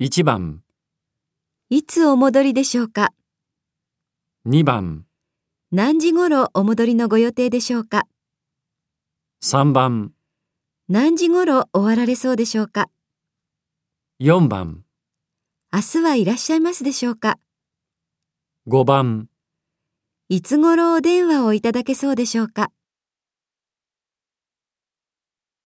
1番、いつお戻りでしょうか2番、何時頃お戻りのご予定でしょうか3番、何時頃終わられそうでしょうか4番、明日はいらっしゃいますでしょうか5番。いつ頃お電話をいただけそうでしょうか